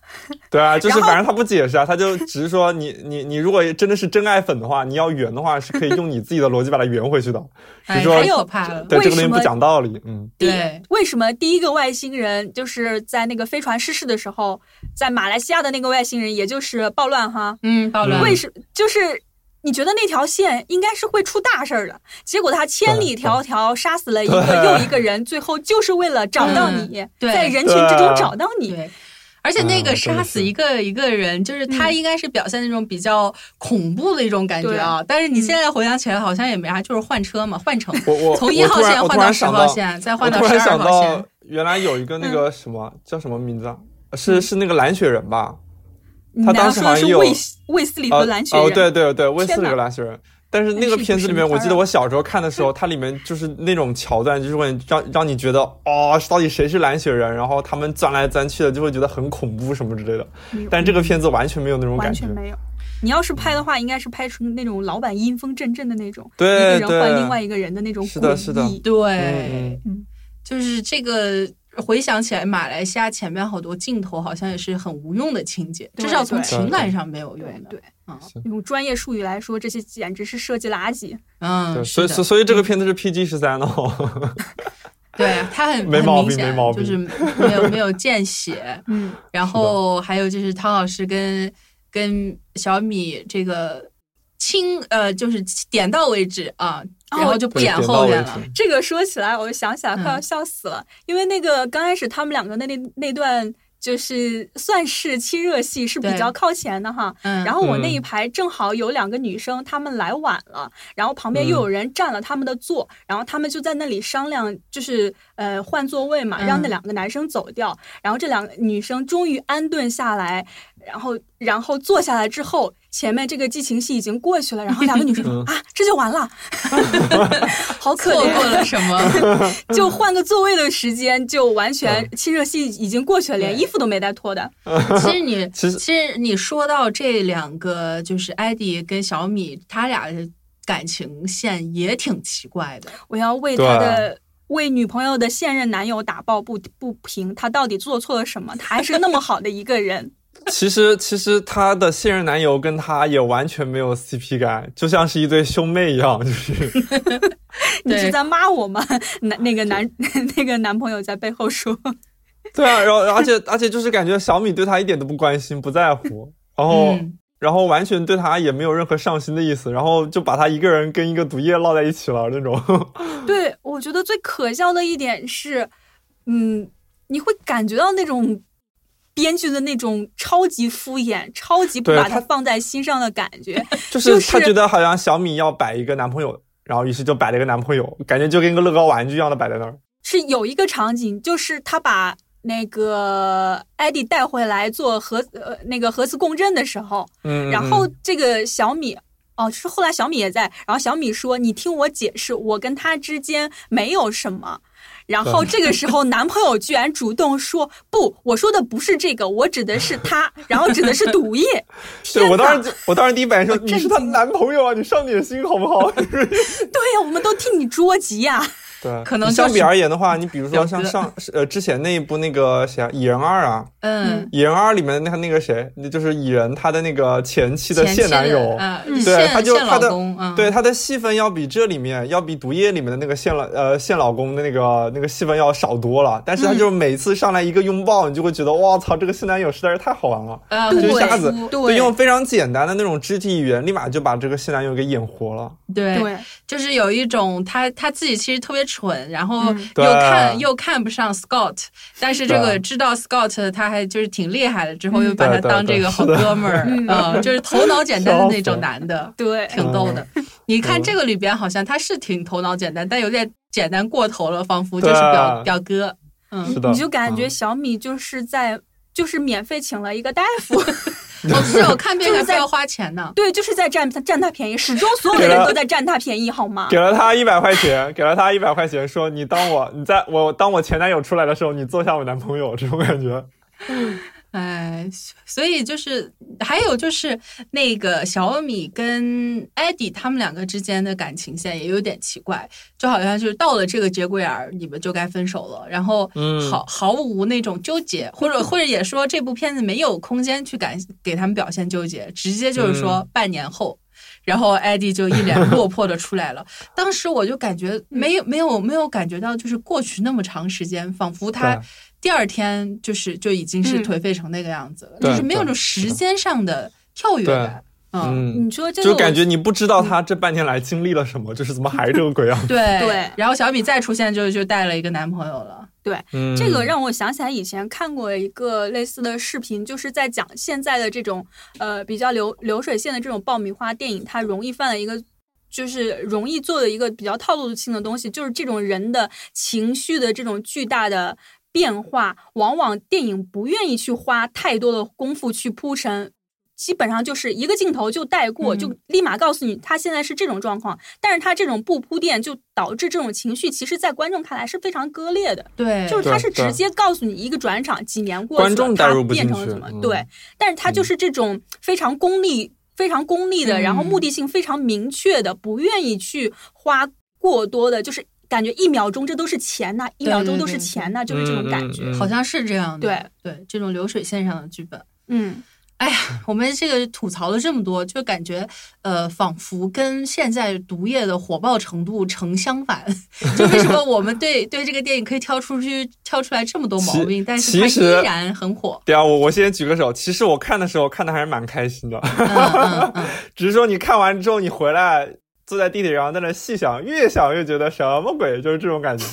对啊，就是然后反正他不解释啊，他就只是说你你你如果真的是真爱粉的话，你要圆的话是可以用你自己的逻辑把它圆回去的，哎，说太可怕了。对为这个什东西么不讲道理，嗯。对，为什么第一个外星人就是在那个飞船失事的时候，在马来西亚的那个外星人，也就是暴乱哈？嗯，暴乱。为什就是你觉得那条线应该是会出大事儿的，结果他千里迢迢杀死了一个对又一个人，最后就是为了找到你，对在人群之中找到你。对，而且那个嗯真杀的死是一个一个人，就是他应该是表现那种比较恐怖的一种感觉啊。但是你现在回想起来，好像也没啥，就是换车嘛，换乘，我我从一我号突然线我换突然到十想号线，再我换到突十然二想号到线。，嗯原来有一个那个什么、叫什么名字啊？是是那个蓝雪人吧？你他难道当时说的好像是有卫斯卫斯理和蓝雪哦人？哦，对对对，威斯天里哪和蓝雪人。但是那个片子里面，我记啊得我小时候看的时候，它里面就是那种桥段，就是会让让你觉得哦，到底谁是蓝雪人？然后他们钻来钻去的，就会觉得很恐怖什么之类的。但这个片子完全没有那种完感觉全。没有。你要是拍的话，应该是拍出那种老板阴风阵阵的那种，对一个人换对另外一个人的那种是的诡异是的对嗯，就是这个。回想起来，马来西亚前面好多镜头好像也是很无用的情节，对至少从对情感上没有用对的。对，嗯用专业术语来说，这些简直是设计垃圾。嗯，对，所以是的所以所以这个片子是 PG 十三哦。对啊他很没很毛明病显没毛病就是没有没有见血，嗯，然后还有就是汤老师跟跟小米这个亲呃，就是点到为止啊，哦然后就不对演点到后为面止了。这个说起来，我就想起来快要嗯笑死了，因为那个刚开始他们两个那那那段就是算是亲热戏，是比对较靠前的哈。嗯，然后我那嗯一排正好有两个女生，她们来晚了，然后旁边又有人占了他们的座，然后他们就在那里商量，就是呃换座位嘛，嗯让那两个男生走掉。然后这两个女生终于安顿下来，然后然后坐下来之后，前面这个激情戏已经过去了，然后两个女生说啊，这就完了， 好可错怜，过了什么？就换个座位的时间，就完全亲热戏已经过去了，连对衣服都没带脱的。 其实你其实你说到这两个，就是艾迪跟小米，他俩的感情线也挺奇怪的。我要为他的为女朋友的现任男友打抱不不平，他到底做错了什么？他还是那么好的一个 人，其实其实她的现任男友跟她也完全没有 CP 感，就像是一对兄妹一样，就是。你对是在骂我 吗？男那个男 那个男朋友在背后说，对啊，然后而且而且就是感觉小米对他一点都不关心，不在乎，然后、嗯然后完全对他也没有任何上心的意思，然后就把他一个人跟一个毒液落在一起了那种。 对我觉得最可笑的一点是，嗯，你会感觉到那种。编剧的那种超级敷衍、超级不对把他他放在心上的感 觉，就是就是他觉得好像小米要摆一个男朋友，然后于是就摆了一个男朋友，感觉就跟个乐高玩具一样的摆在那儿。是有一个场景，就是他把那个艾迪带回来做核呃那个核磁共振的时候，嗯，然后嗯这个小米。哦，是后来小米也在，然后小米说：“你听我解释，我跟他之间没有什么。”然后这个时候，男朋友居然主动说：“不，我说的不是这个，我指的是他，然后指的是毒液。对天我当哪时就我当时第一反应说我你震是她惊了男朋友啊，你上点心好不 好？对呀、我们都替你捉急呀、对，可能就是相比而言的话，你比如说表像哥上呃之前那一部那个谁啊，蚁人二啊，嗯，蚁人二里面那个那个谁，那就是蚁人他的那个前妻的前妻现男友，嗯，对，现他就现他老的公，嗯，对他的戏份要比这里面要比毒液里面的那个现老呃现老公的那个那个戏份要少多了，嗯但是他就是每次上来一个拥抱，你就会觉得哇操，这个现男友实在是太好玩了。啊，就对一很下子突，对就用非常简单的那种肢体语言，立马就把这个现男友给演活了。对对，就是有一种他他自己其实特别蠢，然后嗯又看、对又看不上 Scott，但是这个对知道 Scott 他还就是挺厉害的，之后嗯又把他对对当这对个好是的哥们 儿，嗯嗯，就是头脑简单的那种笑死男的，嗯对，挺逗的。你看这个里边好像他是挺头脑简单，但有点简单过头了，仿佛就是表对啊表哥。嗯，是的你就感觉嗯小米就是在、就是免费请了一个大夫， 我哦是我看病就是还非在要花钱呢。对，就是在占占他便宜，始终所有的啊人都在占他便宜，好吗 给？了他一百块钱，给了他一百块钱，说你当我你在我当我前男友出来的时候，你做下我男朋友，这种感觉。哎，所以就是还有就是那个小米跟艾迪他们两个之间的感情线也有点奇怪，就好像就是到了这个节骨眼儿，你们就该分手了，然后嗯毫毫无那种纠结，或者或者也说这部片子没有空间去感给他们表现纠结，直接就是嗯说半年后。然后艾迪就一 脸落魄的出来了。当时我就感觉没有没有没有感觉到，就是过去那么长时间，仿佛他对第二天就是就已经是嗯颓废成那个样子了，对就是没有那种对时间上的跳跃感。嗯，嗯，你说这个就我嗯感觉你不知道他这半年来经历了什么，就是怎么还是这个鬼样。对对然后小米再出现就就带了一个男朋友了。嗯，这个让我想起来以前看过一个类似的视频，就是在讲现在的这种呃比较流流水线的这种爆米花电影，它容易犯了一个。就是容易做的一个比较套路性的东西，就是这种人的情绪的这种巨大的变化，往往电影不愿意去花太多的功夫去铺陈，基本上就是一个镜头就带过，嗯就立马告诉你他现在是这种状况。但是他这种不铺垫，就导致这种情绪，其实在观众看来是非常割裂的。对，就是他是对直接告诉你一个转场几年过去了，观众他带入不进变去成了什么，嗯对，但是他就是这种非常功利、非常功利的，嗯然后目的性非常明确的，不愿意去花过多的，就是感觉一秒钟这都是钱呐、一秒钟都是钱呐、就是这种感觉，嗯好像是这样的。对对，这种流水线上的剧本。嗯，哎呀，我们这个吐槽了这么多，就感觉呃，仿佛跟现在毒液的火爆程度成相反。 就为什么我们 对对这个电影可以挑出去挑出来这么多毛病，其但是它其实依然很火。对啊，我我先举个手。其实我看的时候看的还是蛮开心的， 嗯嗯嗯，只是说你看完之后你回来坐在地铁上在那细想，越想越觉得什么鬼，就是这种感觉。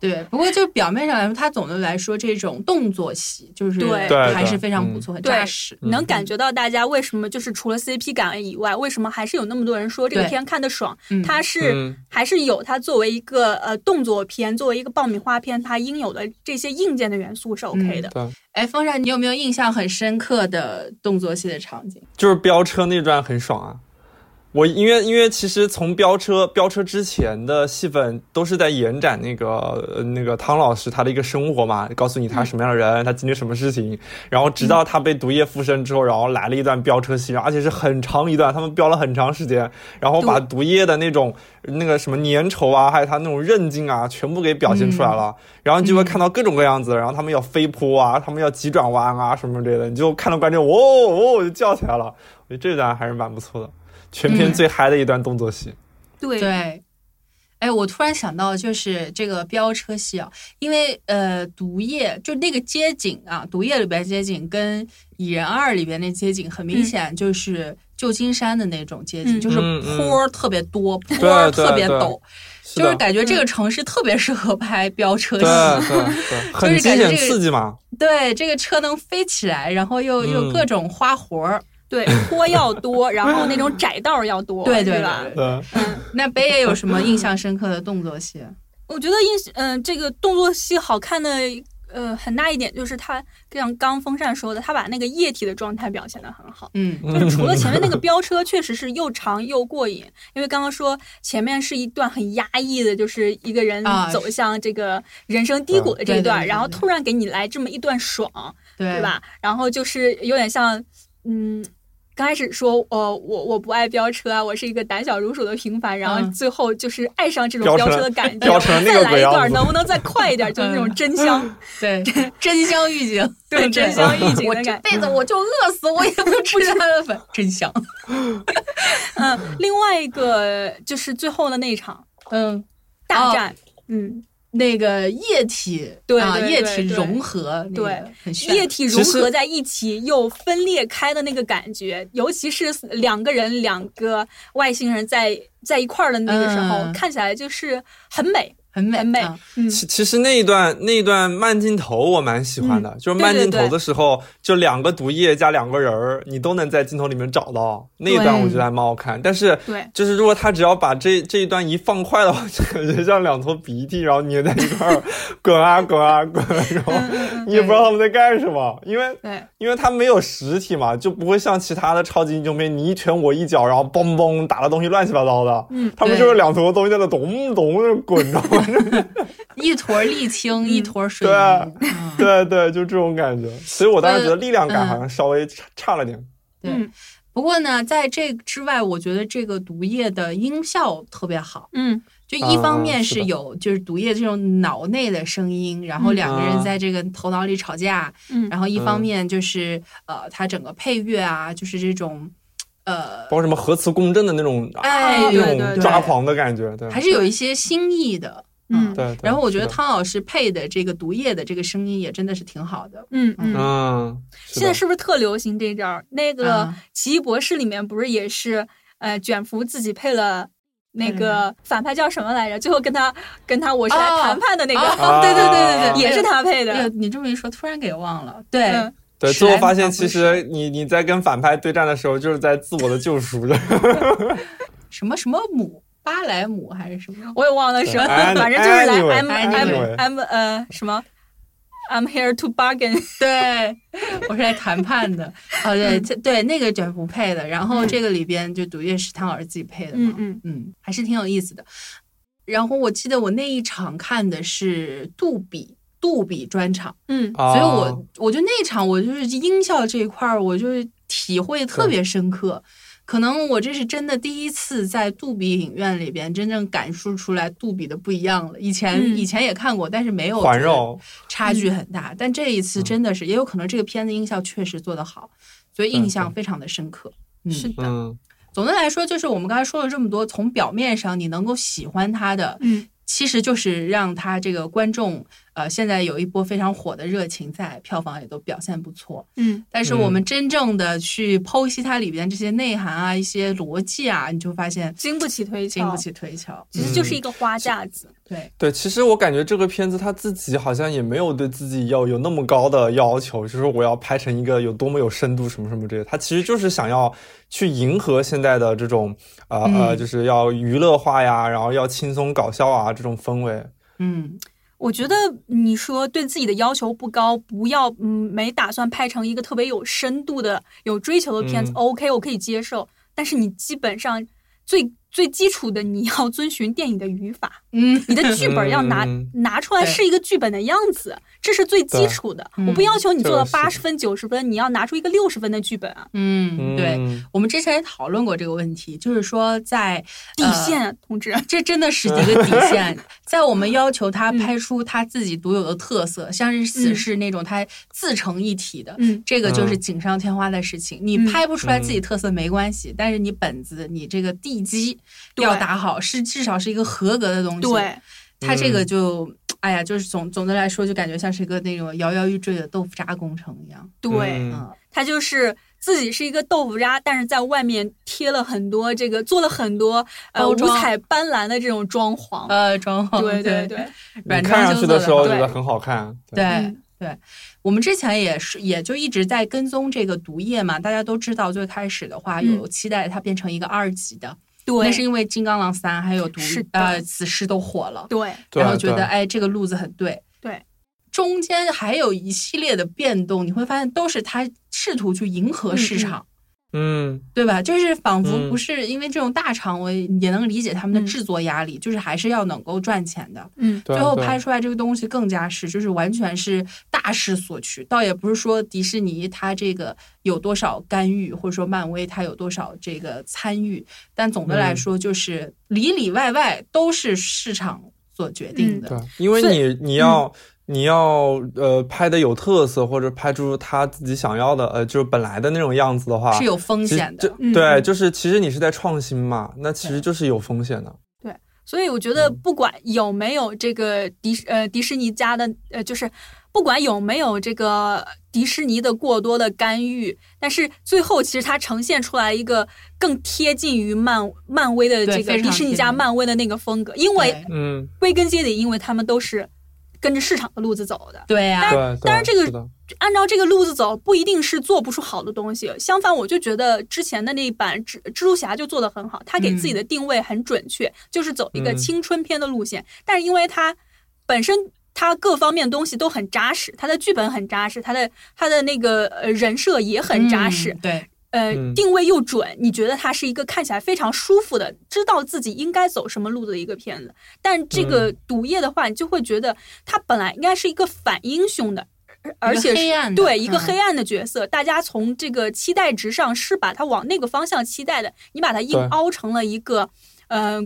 对。不过就表面上来说，它总的来说这种动作戏就是对对还是对非常不嗯错，很对扎实。能感觉到大家为什么就是除了 CP 感以外，为什么还是有那么多人说这个对片看得爽？嗯它是、嗯还是有它作为一个呃动作片，作为一个爆米花片，它应有的这些硬件的元素是 OK 的。对，哎，风扇，你有没有印象很深刻的动作戏的场景？就是飙车那段很爽啊。我因为因为其实从飙车飙车之前的戏份都是在延展那个呃那个汤老师他的一个生活嘛，告诉你他什么样的人，他经历什么事情，然后直到他被毒液附身之后，然后来了一段飙车戏，然后而且是很长一段，他们飙了很长时间，然后把毒液的那种那个什么粘稠啊，还有他那种韧劲啊，全部给表现出来了，然后你就嗯会看到各种各样子，然后他们要飞坡啊，他们要急转弯啊什么之类的，你就看到观众哦哦就叫起来了，我觉得这段还是蛮不错的。全嗯片最嗨的一段动作戏，对对。哎，我突然想到，就是这个飙车戏啊，因为呃，毒液就那个街景啊，毒液里边街景跟《蚁人二》里边那街景，很明显就是旧金山的那种街景，嗯就是嗯嗯坡儿特别多，坡对儿特对别对陡，是就是的，感觉嗯这个城市特别适合拍飙车对戏。对对，很惊感觉这险个刺激嘛，对，这个车能飞起来，然后又又嗯各种花活儿。对，坡要多，然后那种窄道要多，对对吧？对。对，那北野有什么印象深刻的动作 戏？我觉得印嗯、这个动作戏好看的呃很大一点就是他像刚风扇说的，他把那个液体的状态表现的很好。嗯就是除了前面那个飙车，确实是又长又过瘾。因为刚刚说前面是一段很压抑的，就是一个人啊走向这个人生低谷的这一对对段，对然后对突然给你来这么一段爽，对对？吧？然后就是有点像，嗯，刚开始说，呃，我我不爱飙车啊，我是一个胆小如鼠的平凡，然后嗯最后就是爱上这种飙飙成车的感觉，飙成那再个来一鬼样段，子能不能再快一点？就是那嗯种真香，对，真香预 警，对，真香一景的感觉。嗯辈子嗯我就饿死，我也不吃他的粉，真香。嗯，另外一个就是最后的那一场嗯，大哦战，嗯，那个液体，对啊，对液对体对融合，那个对很炫液体融其实合在一起又分裂开的那个感觉，尤其是两个人、两个外星人在在一块儿的那个时候，嗯看起来就是很美。很美很美啊。嗯，其其实那一段那一段慢镜头我蛮喜欢嗯的，就是慢镜头的时候，就两个毒液加两个人儿，你都能在镜头里面找到那一段，我觉得还蛮好看。但是对就是如果他只要把这这一段一放快的话，就感觉像两坨鼻涕，然后粘在一块儿滚啊滚啊滚啊，然后嗯你也不知道他们在干什么，因为对，因为它没有实体嘛，就不会像其他的超级英雄片，你一拳我一脚，然后嘣嘣打的东西乱七八糟的。嗯，他们就是两坨东西在那咚咚在那滚，着。一坨沥青，嗯一坨水对啊泥。嗯 对对，就这种感觉。所以我当时觉得力量感嗯好像稍微差差了点。对嗯不过呢，在这之外，我觉得这个毒液的音效特别好。嗯就一方面啊是是的有就是毒液这种脑内的声音，然后嗯两个人啊在这个头脑里吵架，嗯然后一方嗯面就是呃，它整个配乐啊，就是这种呃，包括什么核磁共振的那种，哎啊对那对种对抓狂的感觉，对，还是有一些新意的。嗯对。对然后我觉得是的汤老师配的这个毒液的这个声音也真的是挺好的。嗯嗯，嗯，现在是是不是特流行这招儿？那个《啊奇异博士》里面不是也是呃卷福自己配了。那个反派叫什么来着？最后跟他跟他我是来哦谈判的那个，哦对对对对对，也是他配哎呦。哎呦的。你这么一说，突然给忘了。对，嗯对。史最后莱姆发现，嘛其不是实你你在跟反派对战的时候，就是在自我的救赎着。什么什么姆巴莱姆还是什么？我也忘了什么，哎反正就是来哎 I'm anyway， I'm anyway I'm 呃什么，I'm here to bargain。 对，我是来谈判的。哦，对，嗯这对那个卷福配的，然后这个里边就毒液是汤老师自己配的嘛，嗯嗯，还是挺有意思的。然后我记得我那一场看的是杜比杜比专场，嗯啊所以我我就那一场我就是音效这一块儿，我就是体会特别深刻。可能我这是真的第一次在杜比影院里边真正感受出来杜比的不一样了。以前、嗯以前也看过，但是没有环觉得绕，差距很大。但这一嗯次真的是，也有可能这个片子音效确实做得好，所以印象非常的深刻。嗯，是的，嗯，总的来说，就是我们刚才说了这么多，从表面上你能够喜欢它的，嗯其实就是让它这个观众，呃，现在有一波非常火的热情在，票房也都表现不错。嗯但是我们真正的去剖析它里边这些内涵啊、一些逻辑啊，你就发现经不起推敲，经不起推敲。其实就是一个花架子。对，对，其实我感觉这个片子他自己好像也没有对自己要有那么高的要求，就是我要拍成一个有多么有深度什么什么这些，他其实就是想要去迎合现在的这种呃呃，嗯就是要娱乐化呀，然后要轻松搞笑啊这种氛围。嗯，我觉得你说对自己的要求不高，不要嗯没打算拍成一个特别有深度的、有追求的片子、嗯 o k 我可以接受。但是你基本上最最基础的，你要遵循电影的语法，嗯，你的剧本要拿、嗯拿出来对是一个剧本的样子，这是最基础的。嗯我不要求你做到这个是八十分、九十分，你要拿出一个六十分的剧本啊，嗯，对，嗯我们之前也讨论过这个问题，就是说在嗯底呃线啊，同志。这真的是一个底线，嗯 在我们要求他拍出他自己独有的特色，像是死侍那种他自成一体的，嗯这个就是锦上添花的事情。你嗯拍不出来自己特色没关系，但是你本子、你这个地基对要打好，是至少是一个合格的东西。，对，他这嗯个就，哎呀，就是总总的来说，就感觉像是一个那种摇摇欲坠的豆腐渣工程一样。对，嗯嗯他就是自己是一个豆腐渣，但是在外面贴了很多这个，做了很多呃包五装彩斑斓的这种装潢。呃，装潢对对对，你软看装上修去做的得时候好觉得对很好看，对、嗯对，我们之前也是，也就一直在跟踪这个毒液嘛。大家都知道，最开始的话嗯有期待它变成一个二级的，那对是因为《金刚狼三》还有毒是的呃死侍都火了，对对然后觉得对哎这个路子很对。对，中间还有一系列的变动，你会发现都是他试图去迎合嗯市场。嗯对吧？就是仿佛嗯不是因为这种大厂，我也能理解他们的嗯制作压力，就是还是要能够赚钱的。嗯对啊最后对拍出来这个东西更加是，就是完全是大势所趋，倒也不是说迪士尼它这个有多少干预，或者说漫威它有多少这个参与，但总的来嗯说就是里里外外都是市场所决嗯定的。对，因为所你嗯你要、你要呃拍的有特色，或者拍出他自己想要的呃就是本来的那种样子的话，是有风啊其实险这的，嗯对，嗯就是其实你是在创新嘛，那其实就是有风险的。所以我觉得，不管有没有这个迪士呃迪士尼家的呃，就是不管有没有这个迪士尼的过多的干预，但是最后其实它呈现出来一个更贴近于漫漫威的对这个非常迪士尼加贴近漫威的那个风格，因为嗯，归根结底，因为他们都是跟着市场的路子走的。对啊呀、对，对当然这个是的按照这个路子走，不一定是做不出好的东西。相反，我就觉得之前的那一版蜘蜘蛛侠就做得很好，他给自己的定位很准确，就是走一个嗯青春片的路线。但是因为他本身他各方面东西都很扎实，他的剧本很扎实，他的他的那个呃人设也很扎实，嗯对，呃，嗯定位又准，你觉得它是一个看起来非常舒服的，知道自己应该走什么路子的一个片子。但这嗯个《毒液》的话，你就会觉得它本来应该是一个反英雄的，而而且是黑暗的对一个嗯黑暗的角色，大家从这个期待值上是把它往那个方向期待的，你把它硬对凹成了一个，呃，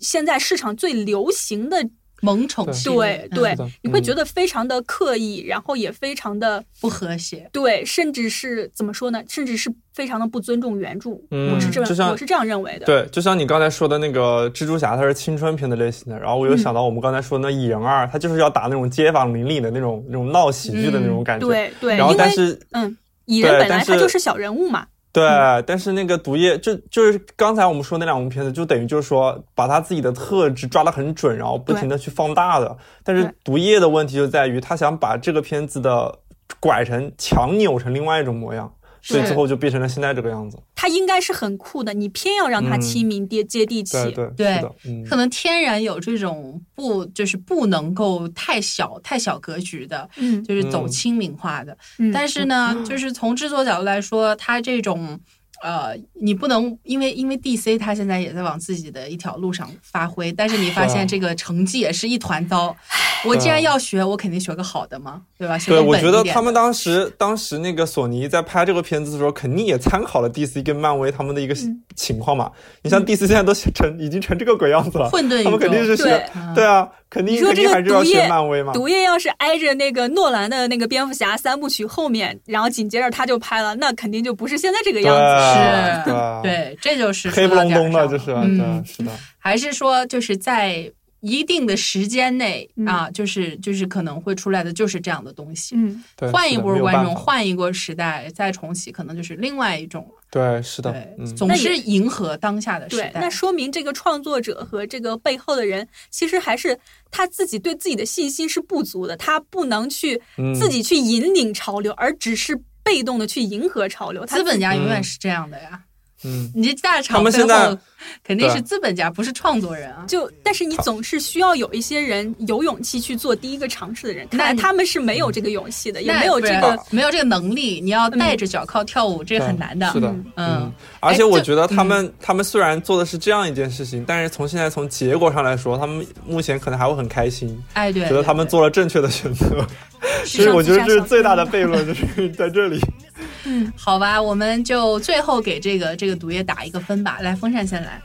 现在市场最流行的，萌宠对系列对对是的，你会嗯觉得非常的刻意，然后也非常的不和谐。对，甚至是怎么说呢？甚至是非常的不尊重原著。嗯我是这就么像我是这样认为的。对，就像你刚才说的那个蜘蛛侠，它是青春片的类型的，然后我嗯又想到我们刚才说的那蚁人二，它就是要打那种街坊邻里的那种那种闹喜剧的那种感觉。嗯对对，然后因但为是嗯，蚁人对本来但他是就是小人物嘛，对，但是那个毒液就就是刚才我们说那两部片子，就等于就是说把他自己的特质抓得很准，然后不停的去放大的。但是对毒液的问题就在于他想把这个片子的拐成强扭成另外一种模样，所以是最后就变成了现在这个样子。他应该是很酷的，你偏要让他亲民、接接地气。嗯对对对是的，嗯可能天然有这种不就是不能够太小太小格局的，嗯就是走嗯亲民化的。嗯，但是呢，就是从制作角度来说，它这种。呃，你不能因为因为 DC 它现在也在往自己的一条路上发挥，但是你发现对这个成绩也是一团糟。我既然要学，我肯定学个好的嘛，对吧？学对，个我稳觉一得点他们的当时当时那个索尼在拍这个片子的时候，肯定也参考了 DC 跟漫威他们的一个嗯情况嘛。你像 DC 现在都成已经成这个鬼样子了，混沌宇宙他们肯定是学对嗯对啊，肯定你说肯这定还个是要毒学液漫威嘛，毒液要是挨着那个诺兰的那个蝙蝠侠三部曲后面，然后紧接着他就拍了，那肯定就不是现在这个对样子。嗯啊是对啊 对，这就是黑说不到隆点儿咚上的，就是了啊对啊嗯，是的，还是说就是在一定的时间内、嗯啊，就是就是可能会出来的就是这样的东西。嗯，对，换是一的波没有观办众，法换一个时代，再重启，可能就是另外一种了。对，是的，对，嗯，总那是也迎合当下的时对代。，那说明这个创作者和这个背后的人，其实还是他自己对自己的信心是不足的，他不能去嗯自己去引领潮流，而只是被动的去迎合潮流。他资本家永远嗯是这样的呀。嗯，你这大他厂们背现在后肯定对是资本家，不是创作人啊。就，但是你总是需要有一些人有勇气去做第一个尝试的人，看那来你他们是没有这个勇气的，也那啊没有不这然个，没有这个能力，你要带着脚铐跳舞，这个对很难的。是的，嗯嗯，而哎且我这觉得他们、他们虽然做的是这样一件事情，但是从现在从结果上来说，他们目前可能还会很开心，哎，对，觉得他们对做了正确的选择。是所以我觉得这是最大的嗯上悖论，就是在这里。好吧，我们就最后给这个这个毒液打一个分吧。来，风扇先来。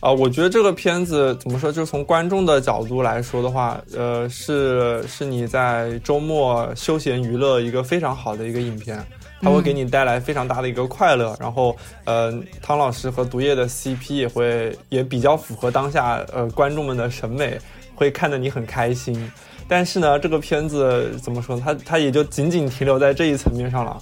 啊、我觉得这个片子怎么说，就是从观众的角度来说的话，呃，是是你在周末休闲娱乐一个非常好的一个影片，它会给你带来非常大的一个快乐。然后，呃，汤老师和毒液的 CP 也会也比较符合当下呃观众们的审美，会看得你很开心。但是呢，这个片子怎么说呢，它它也就仅仅停留在这一层面上了。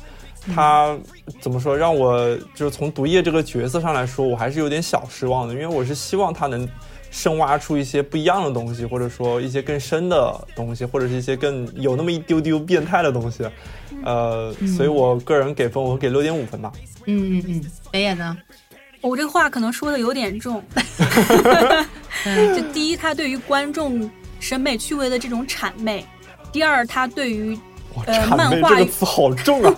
它怎么说？让我就是从毒液这个角色上来说，我还是有点小失望的，因为我是希望他能深挖出一些不一样的东西，或者说一些更深的东西，或者是一些更有那么一丢丢变态的东西。呃，所以我个人给分，我给六点五分吧。嗯嗯嗯，北野呢？我这个话可能说的有点重，嗯就第一，他对于观众审美趣味的这种谄媚；第二，他对于哇，呃谄媚漫画这个词好重 啊！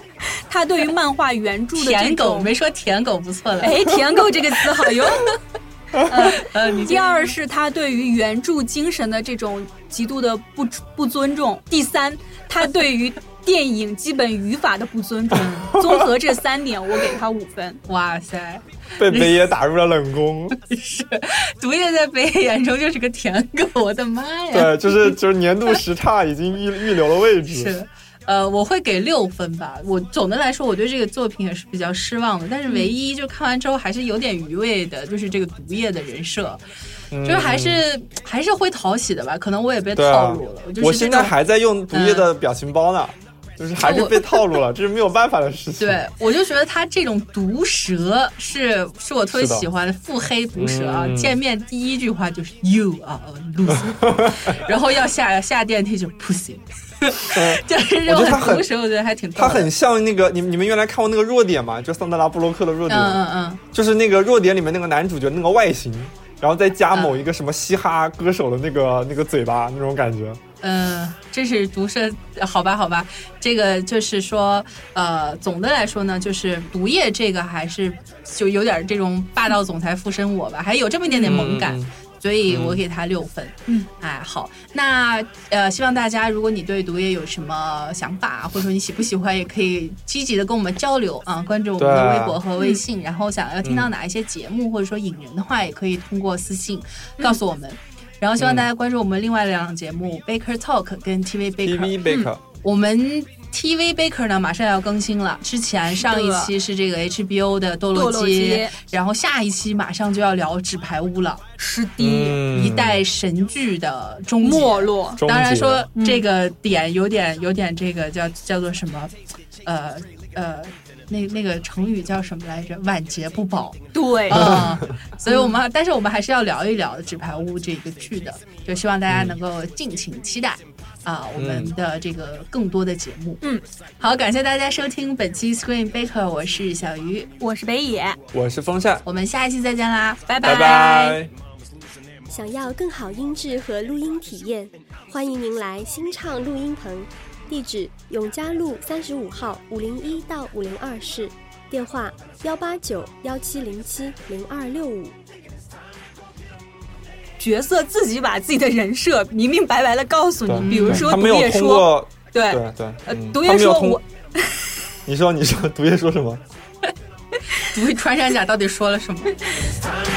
他对于漫画原著的这舔狗种，没说舔狗不错了。哎，舔狗这个词好用。呃，你第二是他对于原著精神的这种极度的不不尊重；第三，他对于电影基本语法的不尊 重。综合这三点，我给他五分。哇塞，被北野打入了 冷宫。是毒液在北野眼中就是个舔狗，我的妈呀！对，就是就是年度时差已经预预留了位置。是，呃，我会给六分吧。我总的来说，我对这个作品也是比嗯较失望的，但是唯一就看完之后还是有点余味的，就是这个毒液的人设。就是还是还是会讨喜的吧。可能我也被嗯对啊套路了，我就是我这现在种嗯还在用毒液的表情包呢，就是还是被套路了，这是没有办法的事情。对，我就觉得他这种毒舌是是我特别是的喜欢的腹黑毒舌啊！嗯见面第一句话就是 “You are a loser”，然 后要下下电梯就 “pussy”，就是 这嗯我觉种得他很毒舌，我觉得还挺逗他的嗯很像那个你你们原来看过那个弱点嘛，就桑德拉布洛克的弱嗯点，嗯嗯，就是那个弱点里面那个男主角那个外形，然后再加某一个什么嘻哈歌手的那个那个嘴巴那种感觉。嗯，这是毒蛇，好吧，好吧，这个就是说，呃，总的来说呢，就是毒液这个还是就有点这种霸道总裁附身我吧，还有这么一点点萌感，嗯所以我给他六分。嗯，哎，好，那呃，希望大家如果你对毒液有什么想法，或者说你喜不喜欢，也可以积极的跟我们交流啊，关注我们的对嗯微博和微信，然后想要听到哪一些节目、或者说引人的话，也可以通过私信告诉我们。然后希望大家关注我们另外两档节目、Baker Talk 跟 TV Baker。 TV Baker，嗯我们 TV Baker 呢马上要更新了，之前上一期是这个 HBO 的《堕落堕落街然后下一期马上就要聊《纸牌屋》了，是的，嗯一代神剧的终结。没落。终结当然说嗯这个点有点有点这个叫叫做什么，呃呃，那那个成语叫什么来着？晚节不保。对，嗯，所以我们但是我们还是要聊一聊《纸牌屋》这个剧的，就希望大家能够敬请期待啊、我们的这个更多的节目。嗯，好，感谢大家收听本期 Screen Baker，我是小鱼，我是北野，我是风扇，我们下一期再见 啦，拜拜拜。想要更好音质和录音体验，欢迎您来新唱录音棚，地址永嘉路三十五号五零一到五零二室，电话幺八九幺七零七零二六五。角色自己把自己的人设明明白白的告诉对你，嗯比如对说他毒没有液通说，过，对对，对，呃嗯，毒他液没有说通我，你说你说毒液说什么？不会穿山甲到底说了什么？ Time